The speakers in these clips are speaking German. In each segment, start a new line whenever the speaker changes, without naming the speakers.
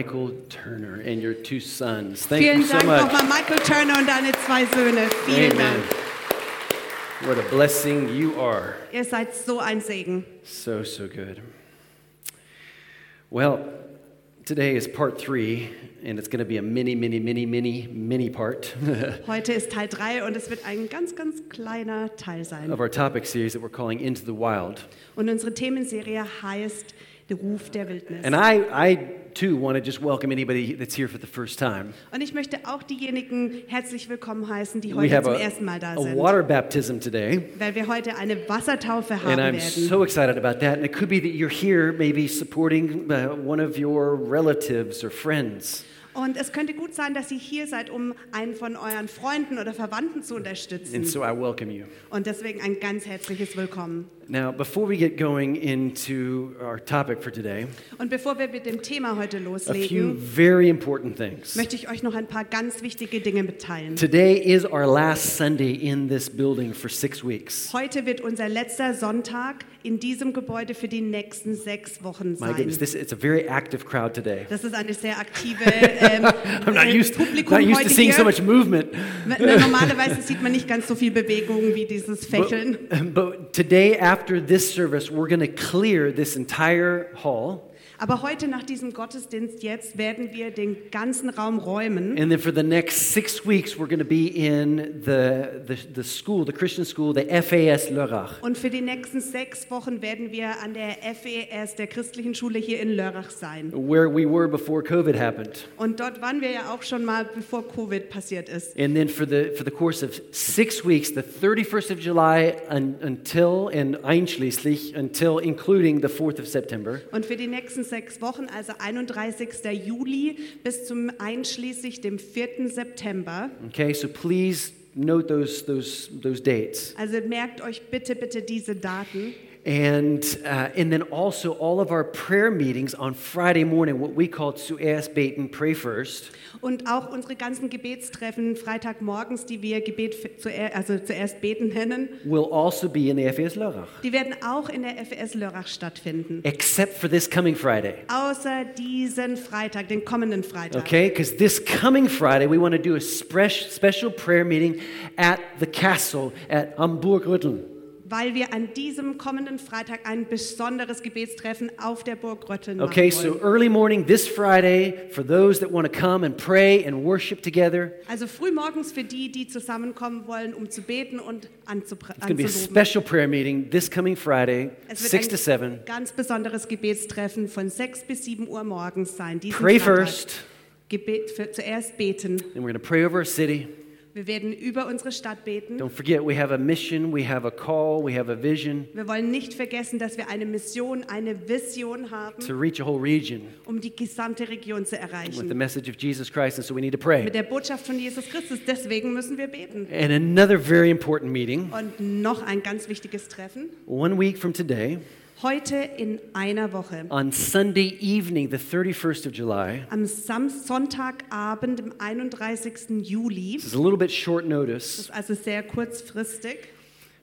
Michael Turner and your two sons. Thank you
Vielen
so
Dank nochmal,
much.
Michael Turner und deine zwei Söhne. Vielen
Amen.
Dank.
What a blessing you are.
Ihr seid so ein Segen.
So, so good. Well, today is part three, and it's going to be a mini, mini, mini, mini, mini part
Heute ist Teil 3 und es wird ein ganz, ganz kleiner Teil sein.
of our topic series that we're calling Into the Wild.
Und unsere Themenserie heißt Der Ruf der Wildnis.
And I, I too want to just welcome anybody that's here for the first time.
Und ich möchte auch diejenigen herzlich willkommen heißen, die
We
heute
have
zum
a,
ersten Mal da
a
sind.
water baptism today.
Weil wir heute eine Wassertaufe haben
And I'm
werden.
so excited about that. And it could be that you're here maybe supporting uh, one of your relatives or friends.
Und es könnte gut sein, dass ihr hier seid, um einen von euren Freunden oder Verwandten zu
And
unterstützen.
so I welcome you.
Und deswegen ein ganz herzliches Willkommen.
Now, before we get going into our topic for today,
Und bevor wir mit dem Thema heute
a few
loslegen,
very important things.
möchte ich euch noch ein paar ganz wichtige Dinge mitteilen.
Today is our last Sunday in this building for six weeks.
Heute wird unser letzter Sonntag in diesem Gebäude für die nächsten sechs Wochen
My goodness,
sein.
this, it's a very active crowd today.
Das ist eine sehr aktive ähm,
I'm not
äh,
used,
Publikum
not used to
heute
seeing
hier.
so much movement.
Na, Normalerweise sieht man nicht ganz so viel Bewegung wie dieses Fächeln.
But, but today, after this service, we're going to clear this entire hall.
Aber heute nach diesem Gottesdienst jetzt werden wir den ganzen Raum räumen.
And then for the next six weeks, we're going to be in the, the, the school, the Christian school, the FAS Lörrach.
Und für die nächsten sechs Wochen werden wir an der FES, der christlichen Schule hier in Lörrach sein.
where we were before COVID happened.
Und dort waren wir ja auch schon mal, bevor Covid passiert ist.
And then for the, for the course of six weeks, the 31st of July un, until and einschließlich until including the 4th of September,
Und für die nächsten sechs Wochen, also 31. Juli bis zum einschließlich dem 4. September.
okay, so please note those, those, those dates.
Also merkt euch bitte, bitte diese Daten.
And, uh, and then also all of our prayer meetings on Friday morning, what we call Zuerst Beten, Pray First.
Und auch unsere ganzen Gebetstreffen Freitagmorgens, die wir Gebet für- zuer, also zuerst beten nennen,
will also be in the FES Lörrach,
die werden auch in der FES Lörrach stattfinden.
except for this coming Friday.
Außer diesen Freitag, den kommenden Freitag.
Okay, because this coming Friday, we want to do a spre- special prayer meeting at the castle at Hamburg Rütteln.
Weil wir an diesem kommenden Freitag ein besonderes Gebetstreffen auf der Burg Rötteln machen
Okay,
wollen.
so early morning this Friday, for those that want to come and pray and worship together,
Also frühmorgens für die, die zusammenkommen wollen, um zu beten und anzupr-
it's going to be a
anzuloben.
special prayer meeting this coming Friday,
Es wird
6 to 7.
ein ganz besonderes Gebetstreffen von 6 bis 7 Uhr morgens sein. Diesen
Pray
Freitag.
first,
Gebet für, zuerst beten.
and we're going to pray over our city.
Wir werden über unsere Stadt beten.
Don't forget, we have a mission, we have a call, we have a vision
Wir wollen nicht vergessen, dass wir eine Mission, eine Vision haben,
to reach a whole region
um die gesamte Region zu
with the
erreichen.
message of Jesus Christ, and so we need to pray.
Mit der Botschaft von Jesus Christus. Deswegen müssen wir beten.
And another very important meeting,
Und noch ein ganz wichtiges Treffen.
one week from today,
Heute in einer Woche.
On Sunday evening, the 31st of July,
Am Sam Sonntagabend, dem 31. Juli,
this is a little bit short
das
notice,
ist also sehr kurzfristig,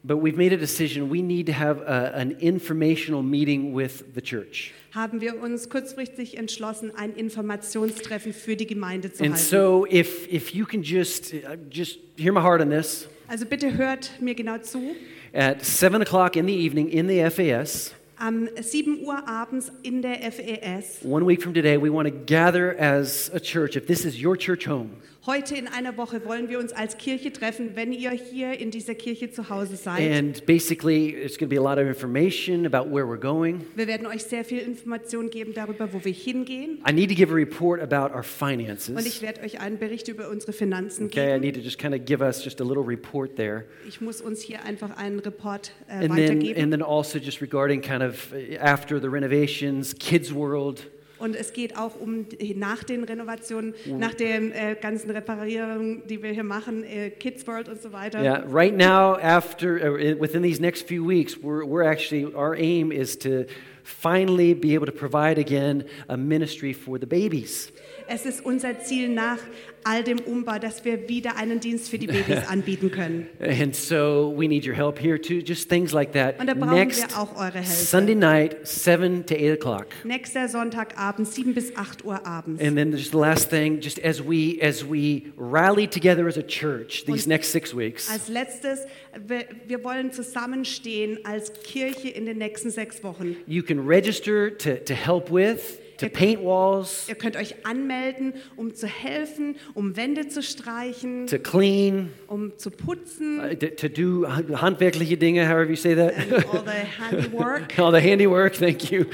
but we've made a decision. We need to have a, an informational meeting with the church.
haben wir uns kurzfristig entschlossen, ein Informationstreffen für die Gemeinde zu
And
halten.
so, if, if you can just, uh, just hear my heart on this,
also bitte hört mir genau zu.
at 7 o'clock in the evening in the FAS,
Am 7 Uhr abends in der E FES,
one week from today, we want to gather as a church. If this is your church home,
heute in einer Woche wollen wir uns als Kirche treffen, wenn ihr hier in dieser Kirche zu Hause seid.
and basically, it's going to be a lot of information about where we're going.
wir werden euch sehr viel Information geben darüber, wo wir hingehen.
I need to give a report about our
Und
finances.
ich werde euch einen Bericht über unsere Finanzen
Okay, I
geben.
need to just kind of give us just a little report there.
Ich muss uns hier einfach einen Report äh,
And then,
weitergeben.
and then also just regarding kind of uh, after the renovations, Kids World,
und es geht auch um die- nach den Renovationen, nach der äh, ganzen Reparierung, die wir hier machen, äh, Kids World und so weiter.
yeah. Right eh, now, after uh, i- within these next few weeks, we're, we're actually our aim is to finally be able to provide again a ministry for the babies.
Es ist unser Ziel nach all dem Umbau, dass wir wieder einen Dienst für die Babys anbieten können.
And so we need your help here too, just things like that.
Und da brauchen
Next
wir auch eure Hilfe.
Sunday night, 7 to 8 o'clock.
Nächster Sonntagabend, 7 bis 8 Uhr abends.
And then just the last thing, just as we as we rally together as a church these
Und-
next six weeks,
Als letztes, wir, wir wollen zusammenstehen als Kirche in den nächsten sechs Wochen.
you can register to, to help with, to
Ihr-
paint walls,
Ihr könnt euch anmelden, um zu helfen, um Wände zu streichen,
to clean,
um zu putzen,
uh, to, to do handwerkliche Dinge, however you say that.
all the handiwork.
All the handiwork, thank you.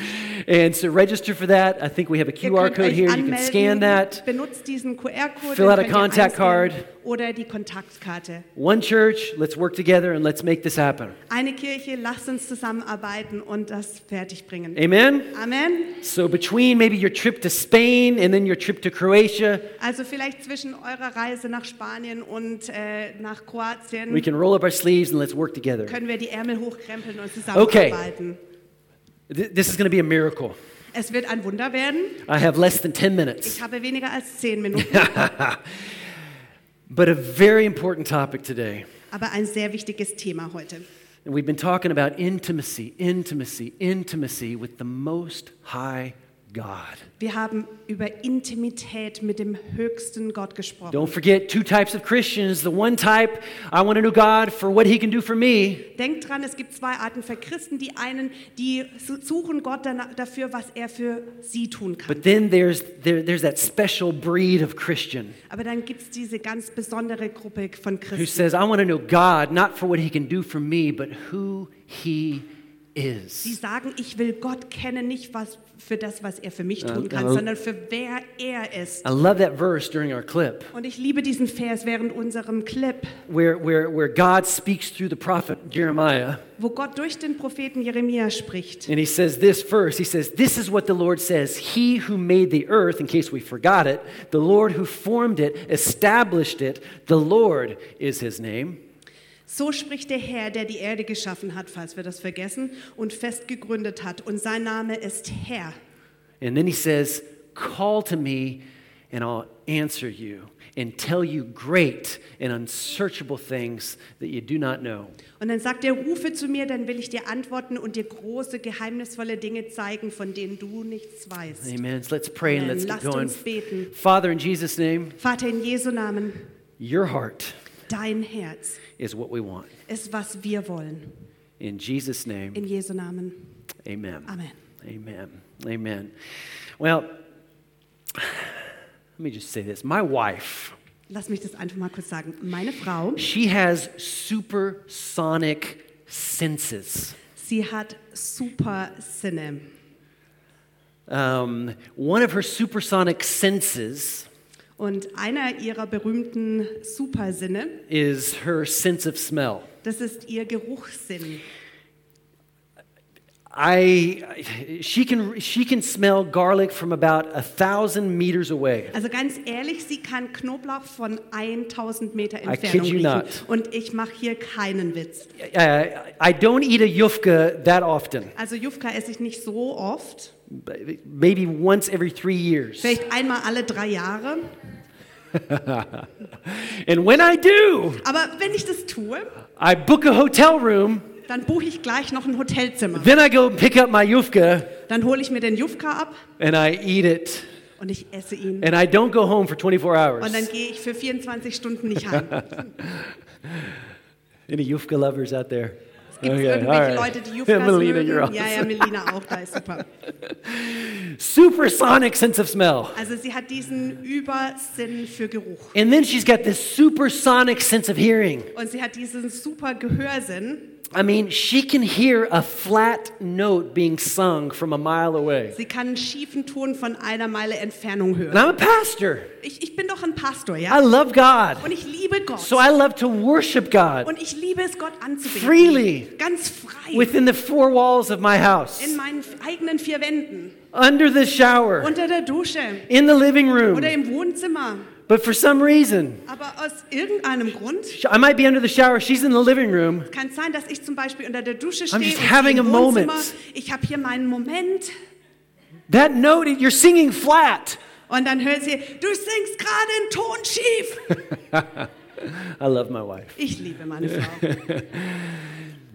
And so register for that. I think we have a
Ihr
QR
könnt
code
euch
here. You can
anmelden,
scan that.
Benutzt diesen QR-Code.
Fill out a
den könnt ihr
contact
einscannen
card.
Oder die Kontaktkarte.
One church, let's work together and let's make this happen.
Eine Kirche, lasst uns zusammenarbeiten und das fertigbringen.
Amen?
Amen.
So between maybe your trip to Spain and then your trip to Croatia,
Also vielleicht zwischen eurer Reise nach Spanien und äh, nach Kroatien
we can roll up our sleeves and let's work together.
können wir die Ärmel hochkrempeln und zusammenarbeiten.
Th- This is going to be a miracle.
Es wird ein Wunder werden.
I have less than 10
Ich
minutes,
habe weniger als zehn Minuten,
but a very important topic today.
aber ein sehr wichtiges Thema heute.
And we've been talking about intimacy, intimacy, intimacy with the Most High God.
Wir haben über Intimität mit dem höchsten Gott gesprochen.
Don't forget two types of Christians. The one type, I want to know God for what he can do for me.
Denkt dran, es gibt zwei Arten für Christen. Die einen, die su- suchen Gott danach- dafür, was er für sie tun kann.
But then there's, there, there's that special breed of Christian
Aber dann gibt es diese ganz besondere Gruppe von
who
Christen,
says, I want to know God not for what he can do for me, but who he
die
is.
sagen, ich will Gott kennen, nicht was für das, was er für mich
Ähm,
tun kann,
aber-
sondern für wer er ist.
I love that verse during our clip
Und ich liebe diesen Vers während unserem Clip,
where, where, where God speaks through the prophet Jeremiah.
wo Gott durch den Propheten Jeremia spricht.
And he says this first. He says, This is what the Lord says He who made the earth, in case we forgot it, the Lord who formed it, established it, the Lord is his name.
So spricht der Herr, der die Erde geschaffen hat, falls wir das vergessen, und fest gegründet hat. Und sein Name ist Herr.
And then he says, Call to me, and I'll answer you and tell you great and unsearchable things that you do not know.
Und dann sagt er, rufe zu mir, dann will ich dir antworten und dir große, geheimnisvolle Dinge zeigen, von denen du nichts weißt.
Amen. So let's pray and
Amen.
let's keep
Lasst
going.
uns beten.
Father, in Jesus' name,
Vater, in Jesu Namen,
your heart
dein Herz
is what we want.
ist, was wir wollen.
In Jesus' name,
In Jesu Namen.
amen.
Amen.
Amen. Amen. Well, let me just say this. My wife,
Lass mich das einfach mal kurz sagen. Meine Frau,
she has supersonic senses.
sie hat super Sinne.
Um, one of her supersonic senses
Und einer ihrer berühmten Supersinne,
is her sense of smell.
das ist ihr Geruchssinn.
I, she can, she can smell garlic from about a thousand meters away.
Also ganz ehrlich, sie kann Knoblauch von 1000 Meter
I kid
Entfernung
you
riechen.
not.
Und ich mache hier keinen Witz.
Uh, I don't eat a yufka that often,
Also Jufka esse ich nicht so oft,
but maybe once every three years.
vielleicht einmal alle drei Jahre.
And when I do,
Aber wenn ich das tue,
I book a hotel room
dann buche ich gleich noch ein Hotelzimmer.
Then I go and pick up my yufka
Dann hole ich mir den Jufka ab
and I eat it.
und ich esse ihn.
And I don't go home for 24
Und dann
hours.
gehe ich für 24 Stunden nicht heim.
Any yufka lovers out there?
Es gibt
all
irgendwelche
right.
Leute, die Jufkas
Melina,
mögen.
you're on.
Ja, ja, Melina auch, da ist super.
Supersonic sense of smell.
Also sie hat diesen Übersinn für Geruch.
And then she's got this supersonic sense of hearing.
Und sie hat diesen super Gehörsinn.
I mean, she can hear a flat note being sung from a mile away.
Sie kann einen schiefen Ton von einer Meile Entfernung
And
hören.
I'm a pastor.
Ich, ich bin doch ein Pastor,
I
ja?
love God.
Und ich liebe Gott.
Also- So I love to worship God
Und ich liebe es, Gott anzubeten.
Freely.
Ganz frei.
within the four walls of my house.
in meinen f- eigenen vier Wänden.
under the shower,
unter der Dusche
in the living room.
oder im Wohnzimmer.
But for some reason,
Aber aus irgendeinem Grund
sh- I might be under the shower, she's in the living room.
kann es sein, dass ich zum Beispiel unter der Dusche stehe.
just
und sie
having
im
a
Wohnzimmer.
moment.
Ich habe hier meinen Moment.
That note, you're singing flat.
Und dann hört sie, du singst gerade einen Ton schief.
I love my wife.
Ich liebe meine Frau.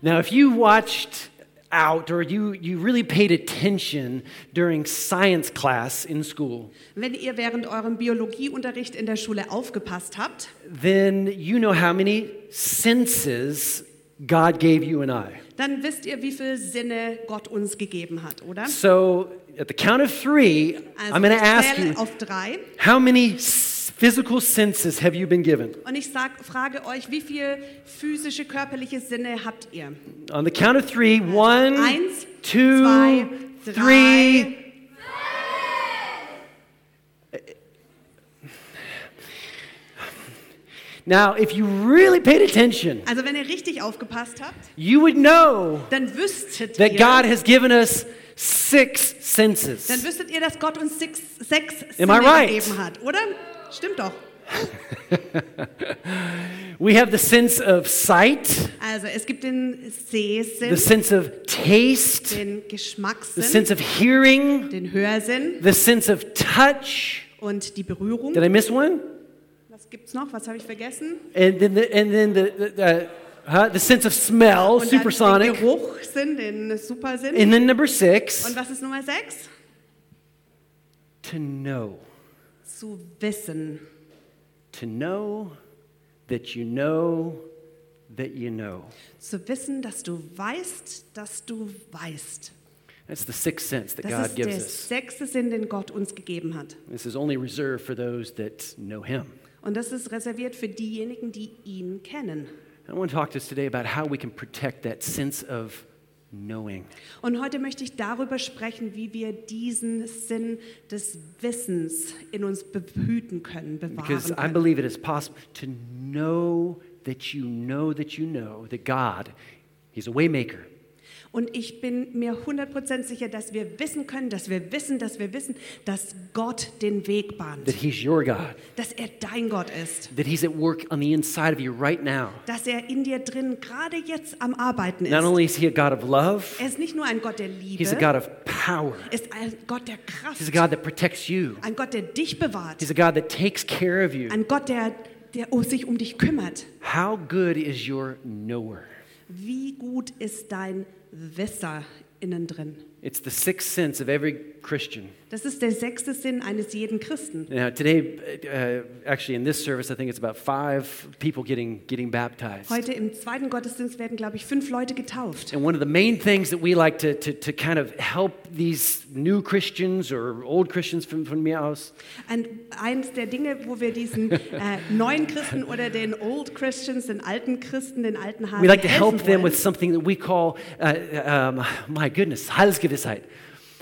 Now, if you watched out or you, you really paid attention during science class in school,
Wenn ihr während eurem Biologieunterricht in der Schule aufgepasst habt,
then you know how many senses God gave you and I.
dann wisst ihr, wie viele Sinne Gott uns gegeben hat, oder? Also
So, at the count of three, I'm going
ich
to ask
zähle
you
auf drei
how many s- physical senses have you been given?
und ich sag, frage euch, wie viele physische, körperliche Sinne habt ihr?
On the count of three, one,
Eins,
two,
zwei,
three.
drei.
Now, if you really paid attention,
Also wenn ihr richtig aufgepasst habt,
you would know
dann wüsstet
that
ihr,
God has given us six
dann
senses.
wüsstet ihr, dass Gott uns sechs, sechs
Am
Sinne
I right?
gegeben hat, oder? Stimmt doch.
We have the sense of sight,
Also es gibt
the
den Sehsinn,
sense of taste,
den
the
Geschmackssinn,
sense of hearing,
den Hörsinn
the sense of touch.
und die Berührung.
Did I miss one?
Was gibt's noch? Was habe ich vergessen?
And then the, and then the, the, uh, huh? the sense of smell,
Und dann Den
Oh, supersonic.
Geruchssinn, den Supersinn.
And then number six,
Und was ist Nummer 6?
to know.
Zu wissen.
To know that you know that you know.
Zu wissen, dass du weißt, dass du weißt.
That's the sixth sense that
Das
God
ist
gives
der
us.
sechste Sinn, den Gott uns gegeben hat.
This is only reserved for those that know Him.
Und das ist reserviert für diejenigen, die ihn kennen.
I want to talk to us today about how we can protect that sense of knowing.
Und heute möchte ich darüber sprechen, wie wir diesen Sinn des Wissens in uns behüten können, bewahren
Because I
können.
believe it is possible to know that you know that you know that God, He's a waymaker.
Und ich bin mir 100% sicher, dass wir wissen können, dass wir wissen, dass wir wissen, dass Gott den Weg
That
bahnt,
He's your God.
dass er dein Gott ist,
That He's at work on the inside of you right now.
dass er in dir drin gerade jetzt am Arbeiten
Not
ist.
only is He a God of love,
Er ist nicht nur ein Gott der
He's a
Liebe,
God of power.
er ist ein Gott der Kraft,
He's a God that protects you.
ein Gott, der dich bewahrt,
He's a God that takes care of you.
ein Gott, der, der um- sich um dich kümmert.
How good is your knower?
Wie gut ist dein Wisser innen drin?
It's the sixth sense of every Christian.
Das ist der sechste Sinn eines jeden Christen.
Now, today, uh, actually, in this service, I think it's about five people getting, getting baptized.
Heute im zweiten Gottesdienst werden, glaube ich, fünf Leute getauft.
And one of the main things that we like to, to, to kind of help these new Christians or old Christians from, from Miaus
Ein, eins der Dinge, wo wir diesen äh, neuen Christen oder den Old Christians, den alten Christen, den alten Hasen
we like to
helfen
help them
wollen,
with something that we call, uh, um, my goodness, Heilsgewissheit,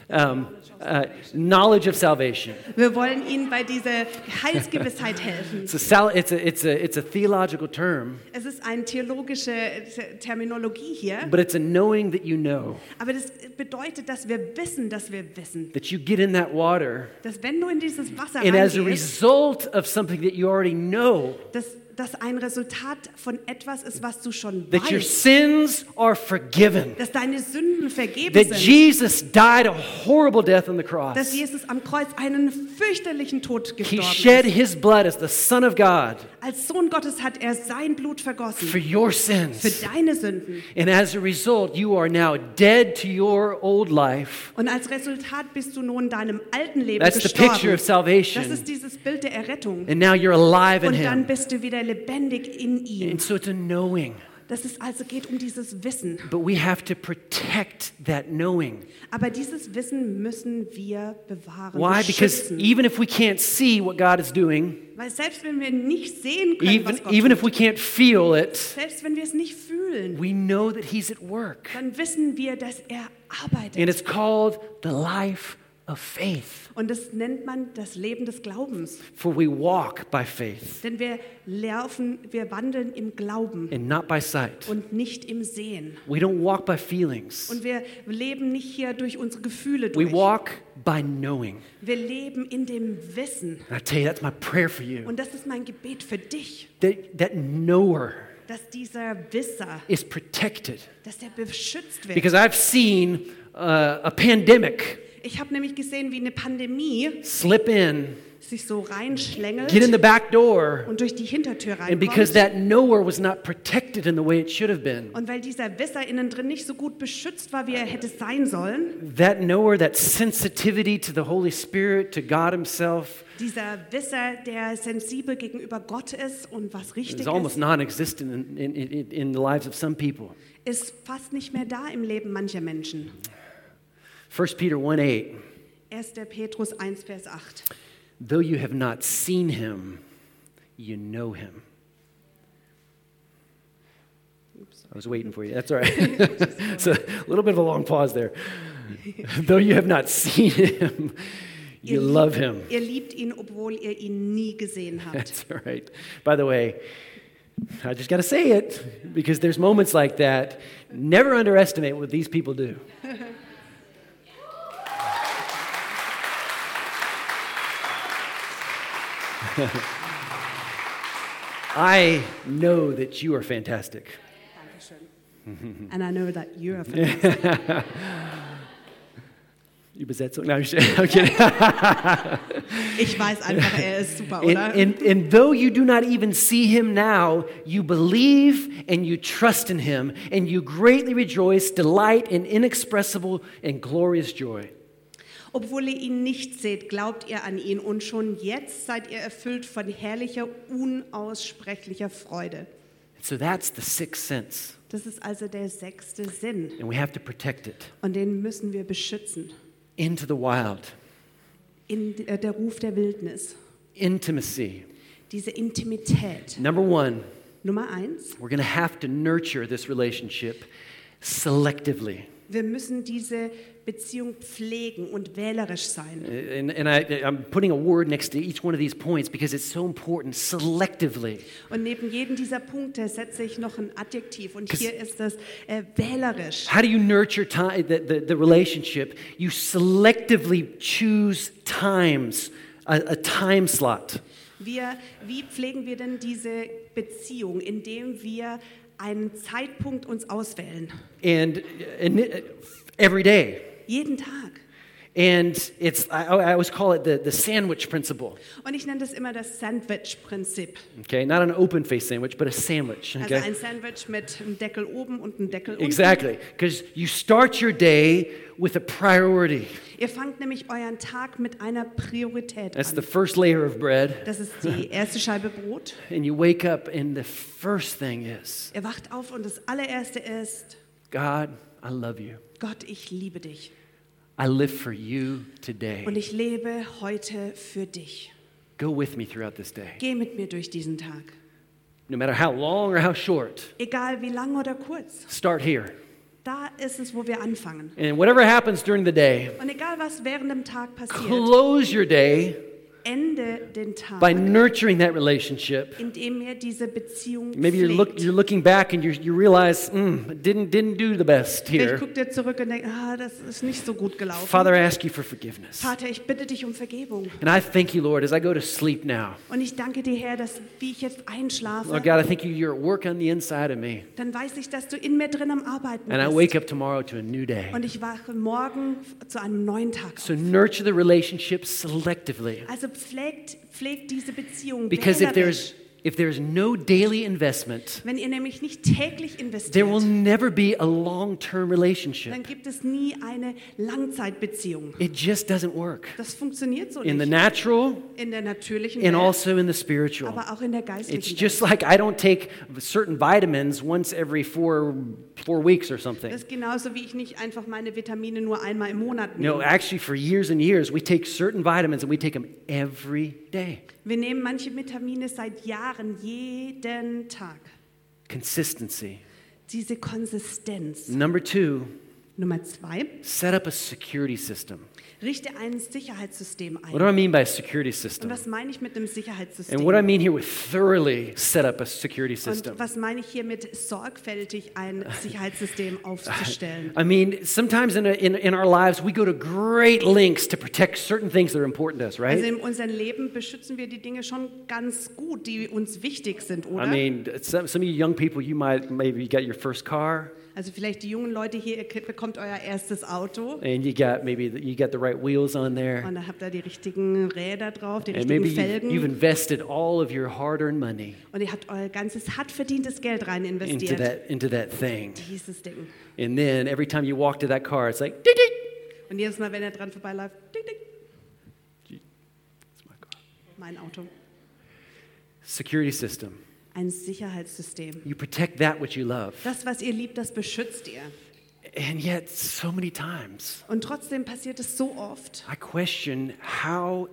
um, uh, knowledge of salvation.
wir wollen ihnen bei dieser Heilsgewissheit helfen.
It's a, sal- it's, a, it's, a, it's a theological term,
Es ist eine theologische äh, Terminologie hier,
but it's a knowing that you know,
aber das bedeutet, dass wir wissen, dass wir wissen,
that you get in that water,
dass wenn du in dieses Wasser
and as a
reingehst,
result of something that you already know,
dass das ein Resultat von etwas ist, was du schon
that your
weißt,
sins are forgiven.
dass deine Sünden vergeben
That
sind,
Jesus died a horrible death on the
dass
cross.
Jesus am Kreuz einen fürchterlichen Tod
He
gestorben ist.
shed his blood as the Son of God
Als Sohn Gottes hat er sein Blut vergossen
for your
für
sins.
deine Sünden.
And as a result, you are now dead to your old life.
Und als Resultat bist du nun deinem alten Leben
That's the picture
gestorben.
of salvation.
Das ist dieses Bild der Errettung.
And now you're alive in
Und dann
him.
bist du wieder lebendig in ihm.
And so it's a knowing.
Das ist also geht um dieses Wissen.
But we have to protect that knowing.
Aber dieses Wissen müssen wir bewahren,
Why? Because e-
beschützen.
even if we can't see what God is doing,
Weil selbst wenn wir nicht sehen können,
even,
was Gott
even
tut,
if we can't feel it,
selbst wenn wir es nicht fühlen,
we know that he's at work.
dann wissen wir, dass er arbeitet.
And it's called the life of faith,
Und das nennt man das Leben des Glaubens.
for we walk by faith
Denn wir laufen, wir wandeln im Glauben
and not by sight.
und nicht im Sehen.
We don't walk by feelings.
Und wir leben nicht hier durch unsere Gefühle
We
durch.
walk by knowing.
Wir leben in dem Wissen.
And I tell you, that's my prayer for you.
Und das ist mein Gebet für dich,
That, that knower
dass dieser Wisser,
is protected.
dass der beschützt wird.
Because I've seen uh, a pandemic
Ich habe nämlich gesehen, wie eine Pandemie
slip in,
sich so
get in
reinschlängelt
the back door,
und durch die Hintertür
and because
reinkommt.
that knower was not protected in the way it should have been,
Und weil dieser Wisser innen drin nicht so gut beschützt war, wie er hätte sein sollen,
that knower, that sensitivity to the Holy Spirit, to God Himself,
dieser Wisser, der sensibel gegenüber Gott ist und was richtig
is almost
ist,
non existent in, in, in, in the lives of some people.
ist fast nicht mehr da im Leben mancher Menschen.
1 Peter 1 8,
1. Petrus 1, Vers 8.
though you have not seen Him, you know Him. I was waiting for you. That's all right. so a little bit of a long pause there. Though you have not seen him, you
Ihr
love
liebt-
him.
Ihr liebt ihn, obwohl ihr ihn nie gesehen habt.
That's all right. By the way, I just got to say it because there's moments like that. Never underestimate what these people do. I know that you are fantastic.
And I know that you are fantastic.
Übersetzung. No, I'm just- I'm kidding.
Ich weiß einfach, er ist super,
And,
oder?
and, and though you do not even see him now, you believe and you trust in him, and you greatly rejoice, delight in inexpressible and glorious joy.
Obwohl ihr ihn nicht seht, glaubt ihr an ihn und schon jetzt seid ihr erfüllt von herrlicher, unaussprechlicher Freude.
So that's the sixth sense,
Das ist also der sechste Sinn
and we have to protect it.
und den müssen wir beschützen.
Into the wild,
In äh, der Ruf der Wildnis,
intimacy.
diese Intimität.
Number one,
Nummer eins,
we're going to have to nurture this relationship selectively.
wir müssen diese Beziehung pflegen und wählerisch sein.
And, and I, I'm putting a word next to each one of these points because it's so important selectively.
Und neben jedem dieser Punkte setze ich noch ein Adjektiv und hier ist das äh, wählerisch.
How do you nurture time, the, the, the relationship? You selectively choose times, a, a time slot.
Wir, wie pflegen wir denn diese Beziehung, indem wir einen Zeitpunkt uns auswählen?
And, uh, and it- every day.
Jeden Tag.
And it's, I, I always call it the, the sandwich principle.
Und ich nenne das immer das Sandwich-Prinzip.
Okay, not an open face sandwich, but a sandwich.
Also
Okay?
ein Sandwich mit einem Deckel oben und einem Deckel unten.
Exactly. Because you start your day with a priority.
Ihr fangt nämlich euren Tag mit einer Priorität
That's the
an.
first layer of bread.
Das ist die erste Scheibe Brot.
And you wake up, and the first thing is
Ihr wacht auf und das allererste ist,
God, I love you.
Gott, ich liebe dich.
I live for you today.
Und ich lebe heute für dich.
Go with me throughout this day,
Geh mit mir durch diesen Tag.
no matter how long or how short.
Egal wie lang oder kurz.
Start here.
Da ist es, wo wir anfangen.
And whatever happens during the day,
Und egal was während dem Tag passiert,
close your day
ende den Tag,
by nurturing that relationship.
indem ihr diese Beziehung
Maybe you're, look,
pflegt.
you're looking back and you you realize, mm, didn't, didn't do the best
Vielleicht
here.
guckt ihr zurück und denkt, ah, das ist nicht so gut gelaufen.
Father, I ask you for forgiveness.
Vater, ich bitte dich um Vergebung.
And I thank you, Lord, as I go to sleep now.
Und ich danke dir, Herr, dass wie ich jetzt einschlafe,
Lord Oh God, I thank you, you're at work on the inside of me.
dann weiß ich, dass du in mir drin am Arbeiten
And I
bist.
wake up tomorrow to a new day.
Und ich wache morgen zu einem neuen Tag auf.
So nurture the relationship selectively.
Also pflegt, pflegt diese Beziehung
Because if
wählerisch.
there's, if there's no daily investment,
Wenn ihr nämlich nicht täglich
there will
investiert,
never be a long term
dann
relationship.
gibt es nie eine Langzeitbeziehung.
It just doesn't work
Das funktioniert so
in the
nicht.
natural
in der natürlichen
and
Welt,
also in the spiritual.
aber auch in der
It's
geistlichen Welt.
just like I don't take certain vitamins once every four, four weeks or
Das
something.
ist genauso, wie ich nicht einfach meine Vitamine nur einmal im Monat nehme.
No, actually, for years and years, we take certain vitamins and we take them every day.
Wir nehmen manche Vitamine seit Jahren, jeden Tag.
Consistency.
Diese Konsistenz.
Number two,
Nummer zwei,
set up a security system.
richte ein Sicherheitssystem ein.
What do I mean by a security
Und
system?
was meine ich mit einem Sicherheitssystem?
And what I mean here with thoroughly set up a security system.
Und was meine ich hier mit sorgfältig ein Sicherheitssystem aufzustellen?
I mean, sometimes in, a, in, in our lives, we go to great lengths to protect certain things that are important to us, right?
Also in unserem Leben beschützen wir die Dinge schon ganz gut, die uns wichtig sind, oder?
I mean, some, some of you young people, you might maybe you got your first car,
also vielleicht die jungen Leute hier, ihr kriegt- bekommt euer erstes Auto
and you got maybe the, you got the right wheels on there,
und da habt ihr die richtigen Räder drauf, die
and
richtigen
Äh, maybe you've,
Felgen
you've invested all of your hard-earned money
und ihr habt euer ganzes hart verdientes Geld rein
into
investiert.
that into that thing,
Dieses Ding.
and then every time you walk to that car, it's like, "Ding, ding,
Und jedes Mal, wenn er dran vorbeiläuft, ding, ding,
it's my car."
mein Auto.
Security system.
Ein Sicherheitssystem.
You protect that which you love,
Das, was ihr liebt, das beschützt ihr.
and yet so many times
Und trotzdem passiert es so oft.
I question how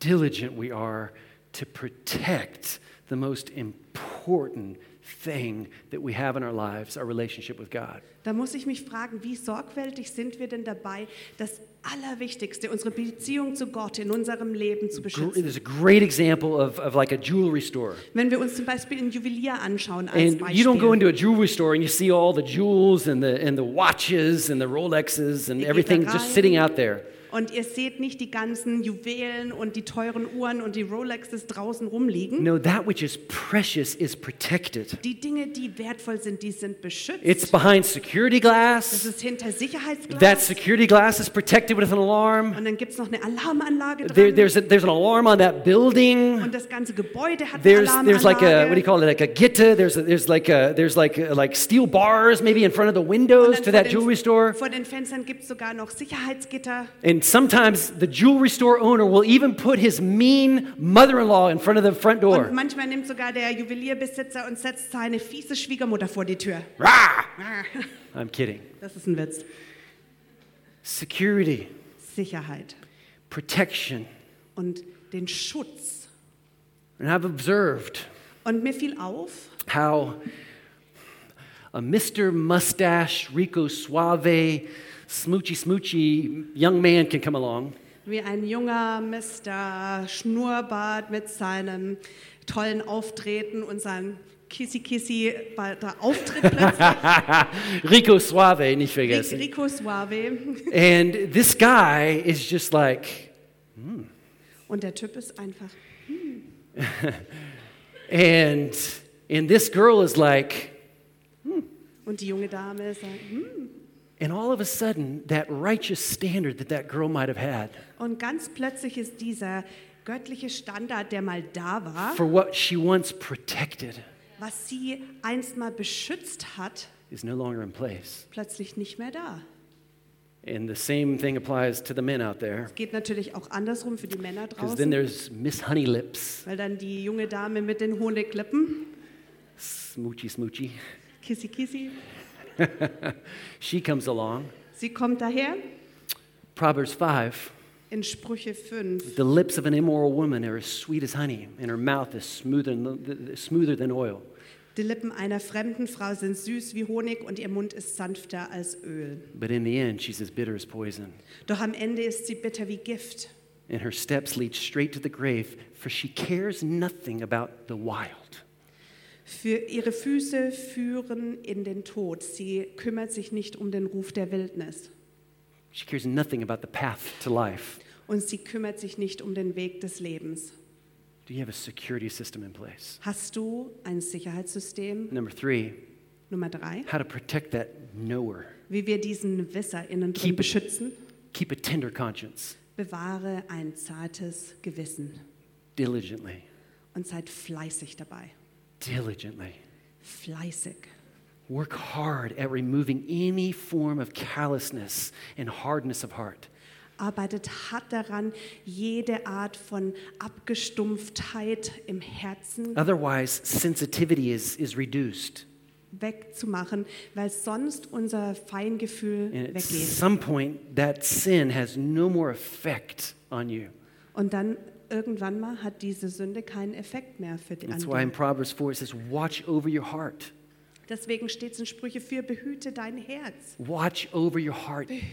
diligent we are to protect the most important thing that we have in our lives, our relationship with God.
Da muss ich mich fragen, wie sorgfältig sind wir denn dabei, das Allerwichtigste, unsere Beziehung zu Gott in unserem Leben
Gr-
zu beschützen?
There's a great example of, of like a jewelry store.
Wenn wir uns zum Beispiel einen Juwelier anschauen als
And you don't go
Beispiel.
into a jewelry store and you see all the jewels and the, and the watches and the Rolexes and
Ihr geht da
everything just
rein.
sitting out there.
Und ihr seht nicht die ganzen Juwelen und die teuren Uhren und die Rolexes draußen rumliegen.
No, that which is precious is protected.
Die Dinge, die wertvoll sind, die sind
It's
beschützt.
behind security
Das
glass.
ist hinter
That
Sicherheitsglas.
security glass is protected with an alarm.
Und dann gibt es noch eine Alarmanlage
There,
dran.
there's, a, there's an alarm on that building.
Und das ganze Gebäude hat eine
There's, there's like a, what do you
Alarmanlage.
call it, like a gitta. There's, a, there's like a, there's like like steel bars maybe in front of the windows
Und
to
dann
that
vor
jewelry
den-
store.
Vor den Fenstern gibt es sogar noch Sicherheitsgitter.
And sometimes the jewelry store owner will even put his mean mother-in-law in front of the front
Und
door.
manchmal nimmt sogar der Juwelierbesitzer und setzt seine fiese Schwiegermutter vor die Tür.
Rah! I'm kidding.
Das ist ein Witz.
Security,
Sicherheit
protection,
und den Schutz.
and I've observed
Und mir fiel auf,
how a Mr. Mustache Rico Suave smoochy smoochy young man can come along.
wie ein junger Mr. Schnurrbart mit seinem tollen Auftreten und seinem Kissy-Kissy Auftritt plötzlich.
Rico Suave, nicht vergessen.
Rico Suave.
And this guy is just like,
Und der Typ ist einfach
and and this girl is like,
Und die junge Dame sagt, hm.
and all of a sudden, that righteous standard that that girl might have had
Und ganz plötzlich ist dieser göttliche Standard, der mal da war,
for what she once protected
was sie einst mal beschützt hat,
is no longer in place.
plötzlich nicht mehr da.
And the same thing applies to the men out there,
Geht natürlich auch andersrum für die Männer
because then
draußen,
there's Miss Honey Lips,
weil dann die junge Dame mit den Honiglippen,
smoochy smoochy.
Kissy Kissy,
She comes along.
sie kommt daher.
Proverbs 5
In Sprüche 5,
The lips of an immoral woman are as sweet as honey, and her mouth is smoother than, smoother than oil.
die Lippen einer fremden Frau sind süß wie Honig und ihr Mund ist sanfter als Öl.
But in the end, she's as bitter as poison.
Doch am Ende ist sie bitter wie Gift.
And her steps lead straight to the grave, for she cares nothing about the wild.
Für ihre Füße führen in den Tod. Sie kümmert sich nicht um den Ruf der Wildnis
She cares nothing about the path to life.
und sie kümmert sich nicht um den Weg des Lebens.
Do you have a security system in place?
Hast du ein Sicherheitssystem?
Number three,
Nummer drei,
how to protect that knower.
wie wir diesen Wisser innen drin
Keep-
beschützen?
Keep a tender conscience
Bewahre ein zartes Gewissen
diligently,
und seid fleißig dabei.
diligently.
Fleißig.
Work hard at removing any form of callousness and hardness of heart.
Arbeitet hart daran, jede Art von Abgestumpftheit im Herzen
Otherwise, sensitivity is, is reduced.
wegzumachen, weil sonst unser Feingefühl
And at
weggeht.
some point, that sin has no more effect on you.
Und dann irgendwann mal hat diese Sünde keinen Effekt mehr für die
That's why in
anderen.
Proverbs 4 it says, Watch over your heart,
Deswegen steht es in Sprüche 4, behüte dein Herz.
Watch over your heart
Behüte dein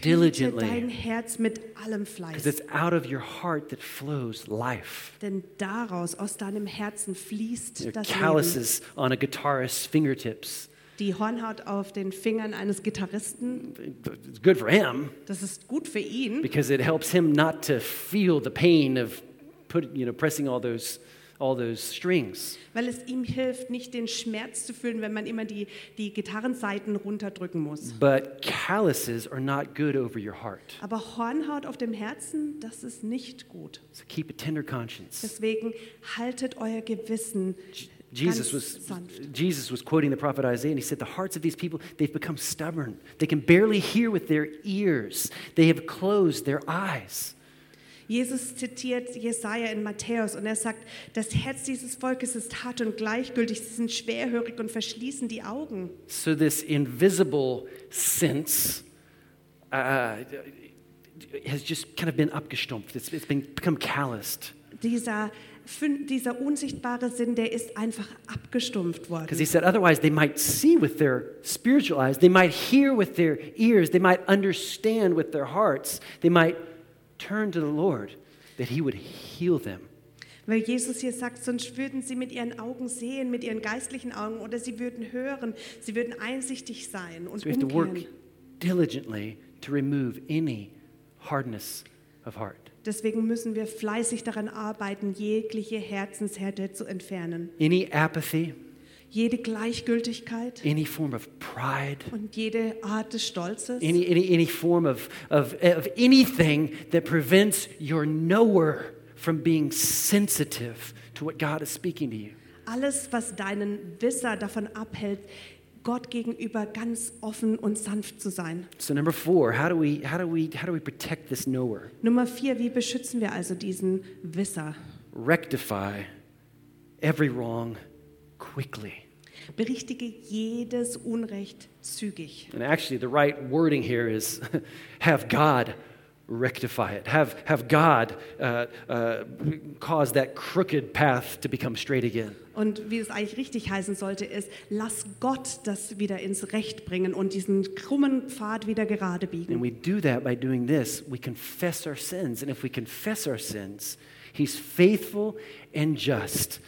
diligently,
Herz mit allem
because
Fleiß.
it's out of your heart that flows life.
Denn daraus, aus deinem Herzen
Your
fließt das Leben.
calluses on a guitarist's fingertips.
Die Hornhaut auf den Fingern eines Gitarristen,
It's good for him
das ist gut für ihn,
because it helps him not to feel the pain of put, you know, pressing all those, all those strings.
weil es ihm hilft, nicht den Schmerz zu fühlen, wenn man immer die, die Gitarrenseiten runterdrücken muss.
But calluses are not good over your heart.
Aber Hornhaut auf dem Herzen, das ist nicht gut.
So keep a tender conscience.
Deswegen haltet euer Gewissen
J- Jesus
ganz
was,
sanft.
Jesus was quoting the prophet Isaiah, and he said, The hearts of these people, they've become stubborn. They can barely hear with their ears, they have closed their eyes.
Jesus zitiert Jesaja in Matthäus und er sagt, das Herz dieses Volkes ist hart und gleichgültig, sie sind schwerhörig und verschließen die Augen.
So, this invisible sense uh, has just kind of been abgestumpft, it's, it's been, become calloused.
Dieser, fün- dieser unsichtbare Sinn, der ist einfach abgestumpft
Because he
worden.
said, otherwise, they might see with their spiritual eyes, they might hear with their ears, they might understand with their hearts, they might turn to the Lord that he would heal them.
Weil Jesus hier sagt, sonst würden sie mit ihren Augen sehen, mit ihren geistlichen Augen oder sie würden hören, sie würden einsichtig sein und
So we have to work
umkehren.
diligently to remove any hardness of heart,
Deswegen müssen wir fleißig daran arbeiten, jegliche Herzenshärte zu entfernen.
any apathy,
Jede Gleichgültigkeit
any form of pride,
und jede Art des Stolzes.
any, any, any form of, of, of anything that prevents your knower from being sensitive to what God is speaking to you.
Alles, was deinen Wisser davon abhält, Gott gegenüber ganz offen und sanft zu sein.
So number four, how do we how do we how do we protect this knower?
Nummer vier, wie beschützen wir also diesen Wisser?
Rectify every wrong quickly.
Berichtige jedes Unrecht zügig.
And actually the right wording here is have God rectify it. Have have God uh, uh, cause that crooked path to become straight again.
Und wie es eigentlich richtig heißen sollte, ist, lass Gott das wieder ins Recht bringen und diesen krummen Pfad wieder gerade biegen.
And we do that by doing this. We confess our sins. And if we confess our sins, He's faithful and just.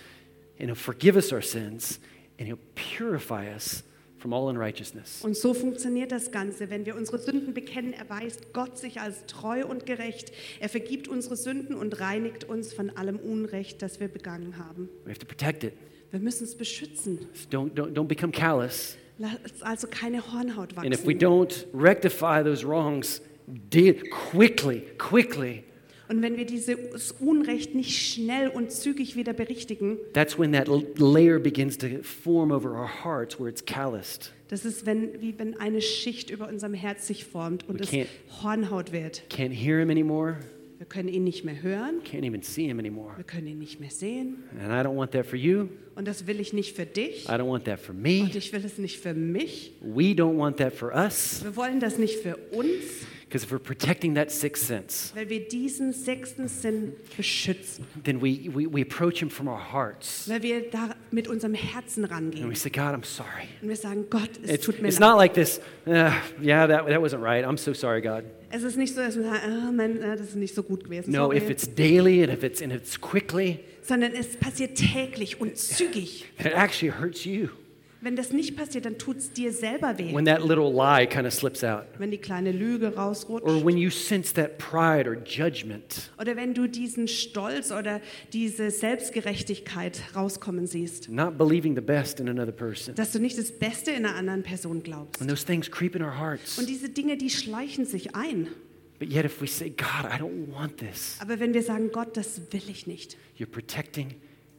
And He'll forgive us our sins and He'll purify us from all unrighteousness.
Und so funktioniert das Ganze. Wenn wir unsere Sünden bekennen, erweist Gott sich als treu und gerecht. Er vergibt unsere Sünden und reinigt uns von allem Unrecht, das wir begangen haben.
We have to protect it.
Wir müssen es beschützen.
So don't, don't, don't become callous.
Lass also keine Hornhaut
And if we
wachsen.
don't rectify those wrongs de- quickly, quickly,
Und wenn wir dieses Unrecht nicht schnell und zügig wieder berichtigen,
that's when that l- layer begins to form over our hearts where it's calloused.
das ist wenn, wie wenn eine Schicht über unserem Herz sich formt und
We
es
can't-
Hornhaut wird.
Can't hear Him anymore.
Wir können ihn nicht mehr hören,
Can't even see Him anymore.
wir können ihn nicht mehr sehen.
And I don't want that for you.
Und das will ich nicht für dich
I don't want that for
und
me.
ich will es nicht für mich.
We don't want that for us
Wir wollen das nicht für uns,
because if we're protecting that sixth sense,
weil wir diesen sechsten Sinn beschützen,
then we, we, we approach Him from our hearts
weil wir da mit unserem Herzen
and we
rangehen
say, God, I'm sorry.
und wir sagen, Gott, es
It's,
tut mir
it's
leid.
not like this, "Ah, yeah, that, that wasn't right. I'm so sorry, God.
Es ist nicht so, dass wir sagen, ah, Mann, ah, das ist nicht so gut gewesen,
No,
sorry.
if it's daily and if it's, and if it's quickly,
sondern es passiert täglich und zügig.
it actually hurts you
Wenn das nicht passiert, dann tut es dir selber weh,
when that little lie kind of slips out.
wenn die kleine Lüge
Or
rausrutscht
when you sense that pride or judgment,
oder wenn du diesen Stolz oder diese Selbstgerechtigkeit rauskommen siehst,
not believing the best in another person.
dass du nicht das Beste in einer anderen Person glaubst.
When those things creep in our hearts.
Und diese Dinge, die schleichen sich ein.
But yet, if we say, God, I don't want this,
Aber wenn wir sagen, Gott, das will ich nicht,
you're protecting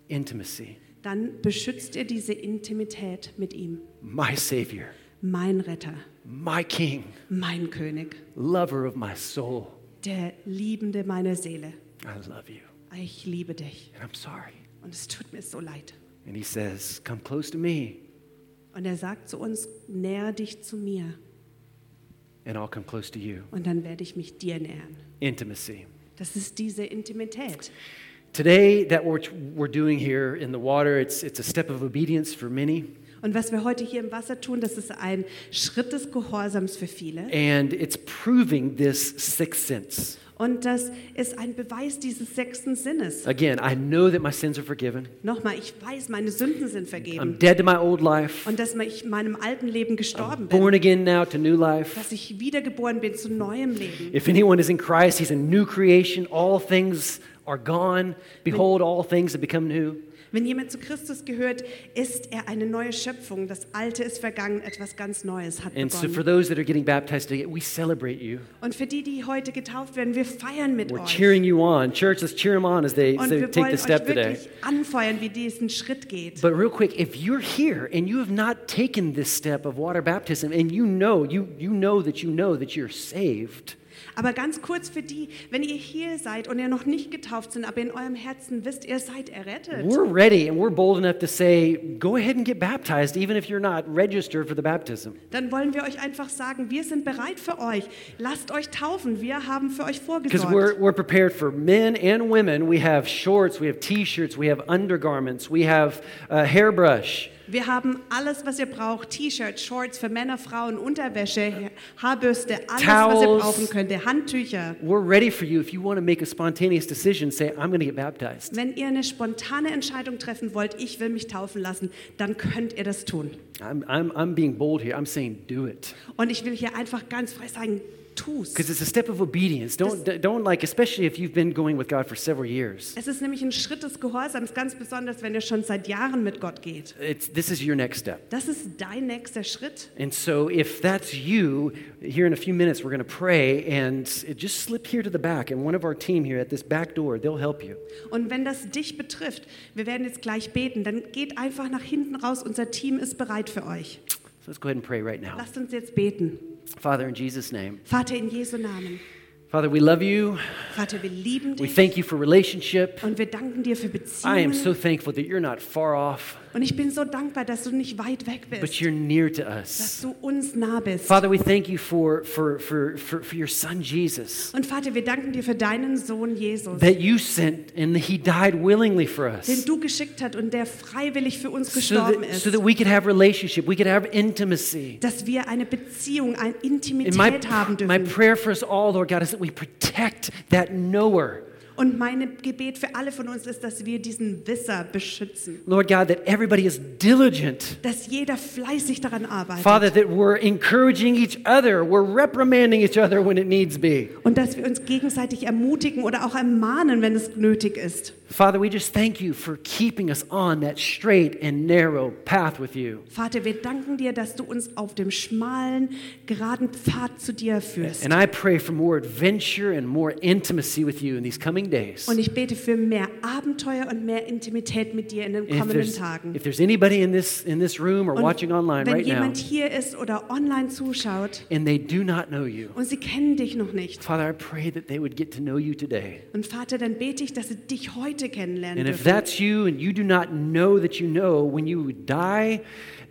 intimacy.
dann beschützt ihr diese Intimität mit ihm.
My Savior,
Mein Retter,
my King,
mein König,
lover of my soul,
der Liebende meiner Seele.
I love you
Ich liebe dich
and I'm sorry.
und es tut mir so leid.
And he says, Come close to me
Und er sagt zu uns, näher dich zu mir
and I'll come close to you.
und dann werde ich mich dir nähern.
Intimacy.
Das ist diese Intimität.
Today, that what we're doing here in the water, it's, it's a step of obedience for many.
Und Und was wir heute hier im Wasser tun, das ist ein Schritt des Gehorsams für viele.
And it's proving this sixth sense.
Und das ist ein Beweis dieses sechsten Sinnes.
Again, I know that my sins are forgiven.
Nochmal, ich weiß, meine Sünden sind
I'm
vergeben.
dead to my old life.
Und dass ich meinem alten Leben gestorben bin.
Born again now to new life.
Dass ich wiedergeboren bin zu neuem Leben.
If anyone is in Christ, he's a new creation. All things are gone. Behold, all things have become new.
Wenn jemand zu Christus gehört, ist er eine neue Schöpfung. Das Alte ist vergangen, etwas ganz Neues hat
And so, for
begonnen.
those that are getting baptized today, we celebrate you.
Und für die, die heute getauft werden, wir feiern mit
We're
euch.
cheering you on. Church, let's cheer them on as they, as
Und
they
wir
take
wollen
the
euch
step today.
wirklich anfeuern, wie diesen Schritt geht.
But real quick, if you're here and you have not taken this step of water baptism and you know, you, you know that you know that you're saved,
Aber ganz kurz für die, wenn ihr hier seid und ihr noch nicht getauft sind, aber in eurem Herzen wisst, ihr seid errettet.
we're ready and we're bold enough to say, go ahead and get baptized, even if you're not registered for the baptism.
Dann wollen wir euch einfach sagen, wir sind bereit für euch. Lasst euch taufen. Wir haben für euch
Because we're,
vorgesorgt.
we're prepared for men and women. We have shorts, we have t shirts, we have undergarments, we have a hairbrush.
Wir haben alles, was ihr braucht. T-Shirts, Shorts für Männer, Frauen, Unterwäsche, Haarbürste, alles, was ihr
Towels.
brauchen könnt. Handtücher.
We're ready for you if you want to make a spontaneous decision, say, I'm going to get baptized.
Wenn ihr eine spontane Entscheidung treffen wollt, ich will mich taufen lassen, dann könnt ihr das tun.
I'm, I'm, I'm being bold here. I'm saying, do it.
Und ich will hier einfach ganz frei sagen, tu's.
Because it's a step of obedience. Don't, don't like, especially if you've been going with God for several years.
Es ist nämlich ein Schritt des Gehorsams, ganz besonders, wenn ihr schon seit Jahren mit Gott geht.
It's, this is your next step.
Das ist dein nächster Schritt.
And so, if that's you, here in a few minutes, we're going to pray and just slip here to the back. And one of our team here at this back door, they'll help you.
Und wenn das dich betrifft, wir werden jetzt gleich beten, dann geht einfach nach hinten raus. Unser Team ist bereit für euch.
So, let's go ahead and pray right now.
Lasst uns jetzt beten.
Father, in Jesus' name.
Vater, in Jesu Namen.
Father, we love you.
Vater, wir lieben
We
dich
thank you for relationship.
und wir danken dir für
I am
Beziehungen.
so thankful that you're not far off,
und ich bin so dankbar, dass du nicht weit weg
but
bist,
you're near to
dass
us.
du uns nah bist.
Father, we thank you for, for, for, for, for your son, Jesus,
und Vater, wir danken dir für deinen Sohn Jesus,
that you sent and he died willingly for
den
us.
du geschickt hast und der freiwillig für uns
So
gestorben
that,
ist.
so that we could have relationship, we could have intimacy.
dass wir eine Beziehung, eine Intimität
And my,
haben
my
dürfen.
prayer for us all, Lord God, is that we protect that knower.
Und mein Gebet für alle von uns ist, dass wir diesen Wisser beschützen.
Lord God, that everybody is diligent.
Dass jeder fleißig daran arbeitet.
Father, that we're encouraging each other, we're reprimanding each other when it needs be.
Und dass wir uns gegenseitig ermutigen oder auch ermahnen, wenn es nötig ist.
Father, we just thank you for keeping us on that straight and narrow path with you.
Vater, wir danken dir, dass du uns auf dem schmalen, geraden Pfad zu dir führst.
And I pray for more adventure and more intimacy with you in these coming days.
Und ich bete für mehr Abenteuer und mehr Intimität mit dir in den
And if,
kommenden
there's,
Tagen.
if there's anybody in this, in this room or
Und
watching online
wenn
right now
jemand hier ist oder online zuschaut
and they do not know you,
und sie kennen dich noch nicht,
Father, I pray that they would get to know you today.
Und Vater, dann bete ich, dass sie dich heute kennenlernen
And if
dürfen.
that's you and you do not know that you know when you would die,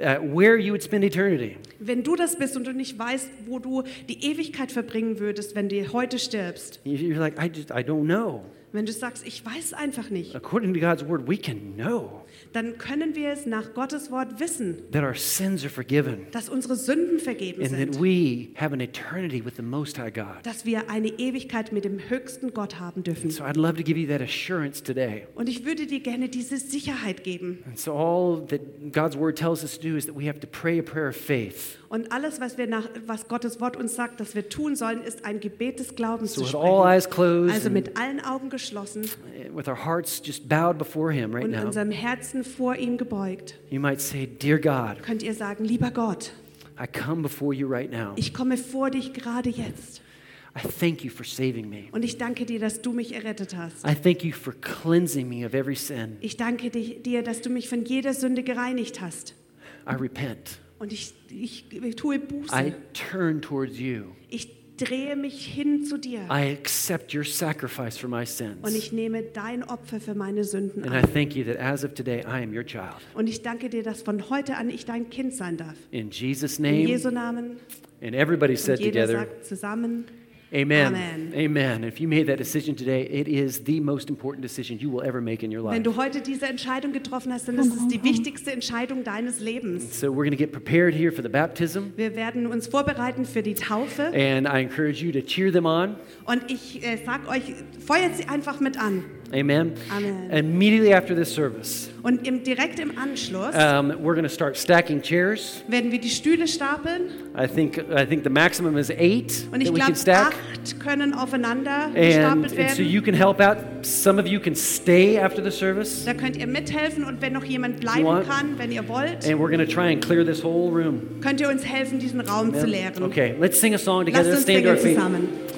uh, where you would spend eternity,
Wenn du das bist und du nicht weißt, wo du die Ewigkeit verbringen würdest, wenn du heute stirbst,
you- you're like, I just, I don't know.
wenn du sagst, ich weiß einfach nicht,
According to God's word, we can know
dann können wir es nach Gottes Wort wissen,
that our sins are forgiven
dass unsere Sünden vergeben
and that
sind,
we have an eternity with the Most High God.
dass wir eine Ewigkeit mit dem höchsten Gott haben dürfen.
So I'd love to give you that assurance today.
Und ich würde dir gerne diese Sicherheit geben.
And so all that God's word tells us to do is that we have to pray a prayer of faith.
Und alles, was, wir nach, was Gottes Wort uns sagt, dass wir tun sollen, ist ein Gebet des Glaubens
So
zu
with all
sprechen.
eyes closed,
Also
and
mit allen Augen geschlossen
with our hearts just bowed before Him right
und
now,
unserem Herzen vor ihm gebeugt.
you might say, Dear God,
könnt ihr sagen, lieber Gott,
I come before you right now.
ich komme vor dich gerade jetzt
I thank you for saving me.
und ich danke dir, dass du mich errettet hast.
I thank you for cleansing me of every sin.
Ich danke dich, dir, dass du mich von jeder Sünde gereinigt hast.
I repent.
Und ich, ich, ich tue
I
Buße.
turn towards you.
Ich drehe mich hin zu dir
I accept your sacrifice for my
und
sins.
ich nehme dein Opfer für meine Sünden
And I
an.
thank you that as of today, I am your child.
Und ich danke dir, dass von heute an ich dein Kind sein darf.
In Jesus'
In
name.
Jesu Namen.
And everybody
Und
said
jeder
together,
sagt zusammen
Amen.
Amen.
Amen. If you made that decision today, it is the most important decision you will ever make in your life.
Wenn du heute diese Entscheidung getroffen hast, dann ist es die wichtigste Entscheidung deines Lebens.
So we're going to get prepared here for the baptism,
Wir werden uns vorbereiten für die Taufe
and I encourage you to cheer them on.
und ich äh, sag euch, feuert sie einfach mit an.
Amen.
Amen.
Immediately after this service,
Und im, direkt im Anschluss
um, we're going to start stacking chairs.
werden wir die Stühle stapeln
I think I think the maximum is eight
und ich
that we
glaube,
can stack.
acht können aufeinander
And,
gestapelt
and so
werden.
you can help out. Some of you can stay after the service,
Da könnt ihr mithelfen und wenn noch jemand
want-
bleiben kann, wenn ihr wollt,
and we're going to try and clear this whole room.
könnt ihr uns helfen, diesen Raum zu leeren.
Okay, let's sing a song together. Let's
Lasst uns
stand to our
singen
feet.
zusammen.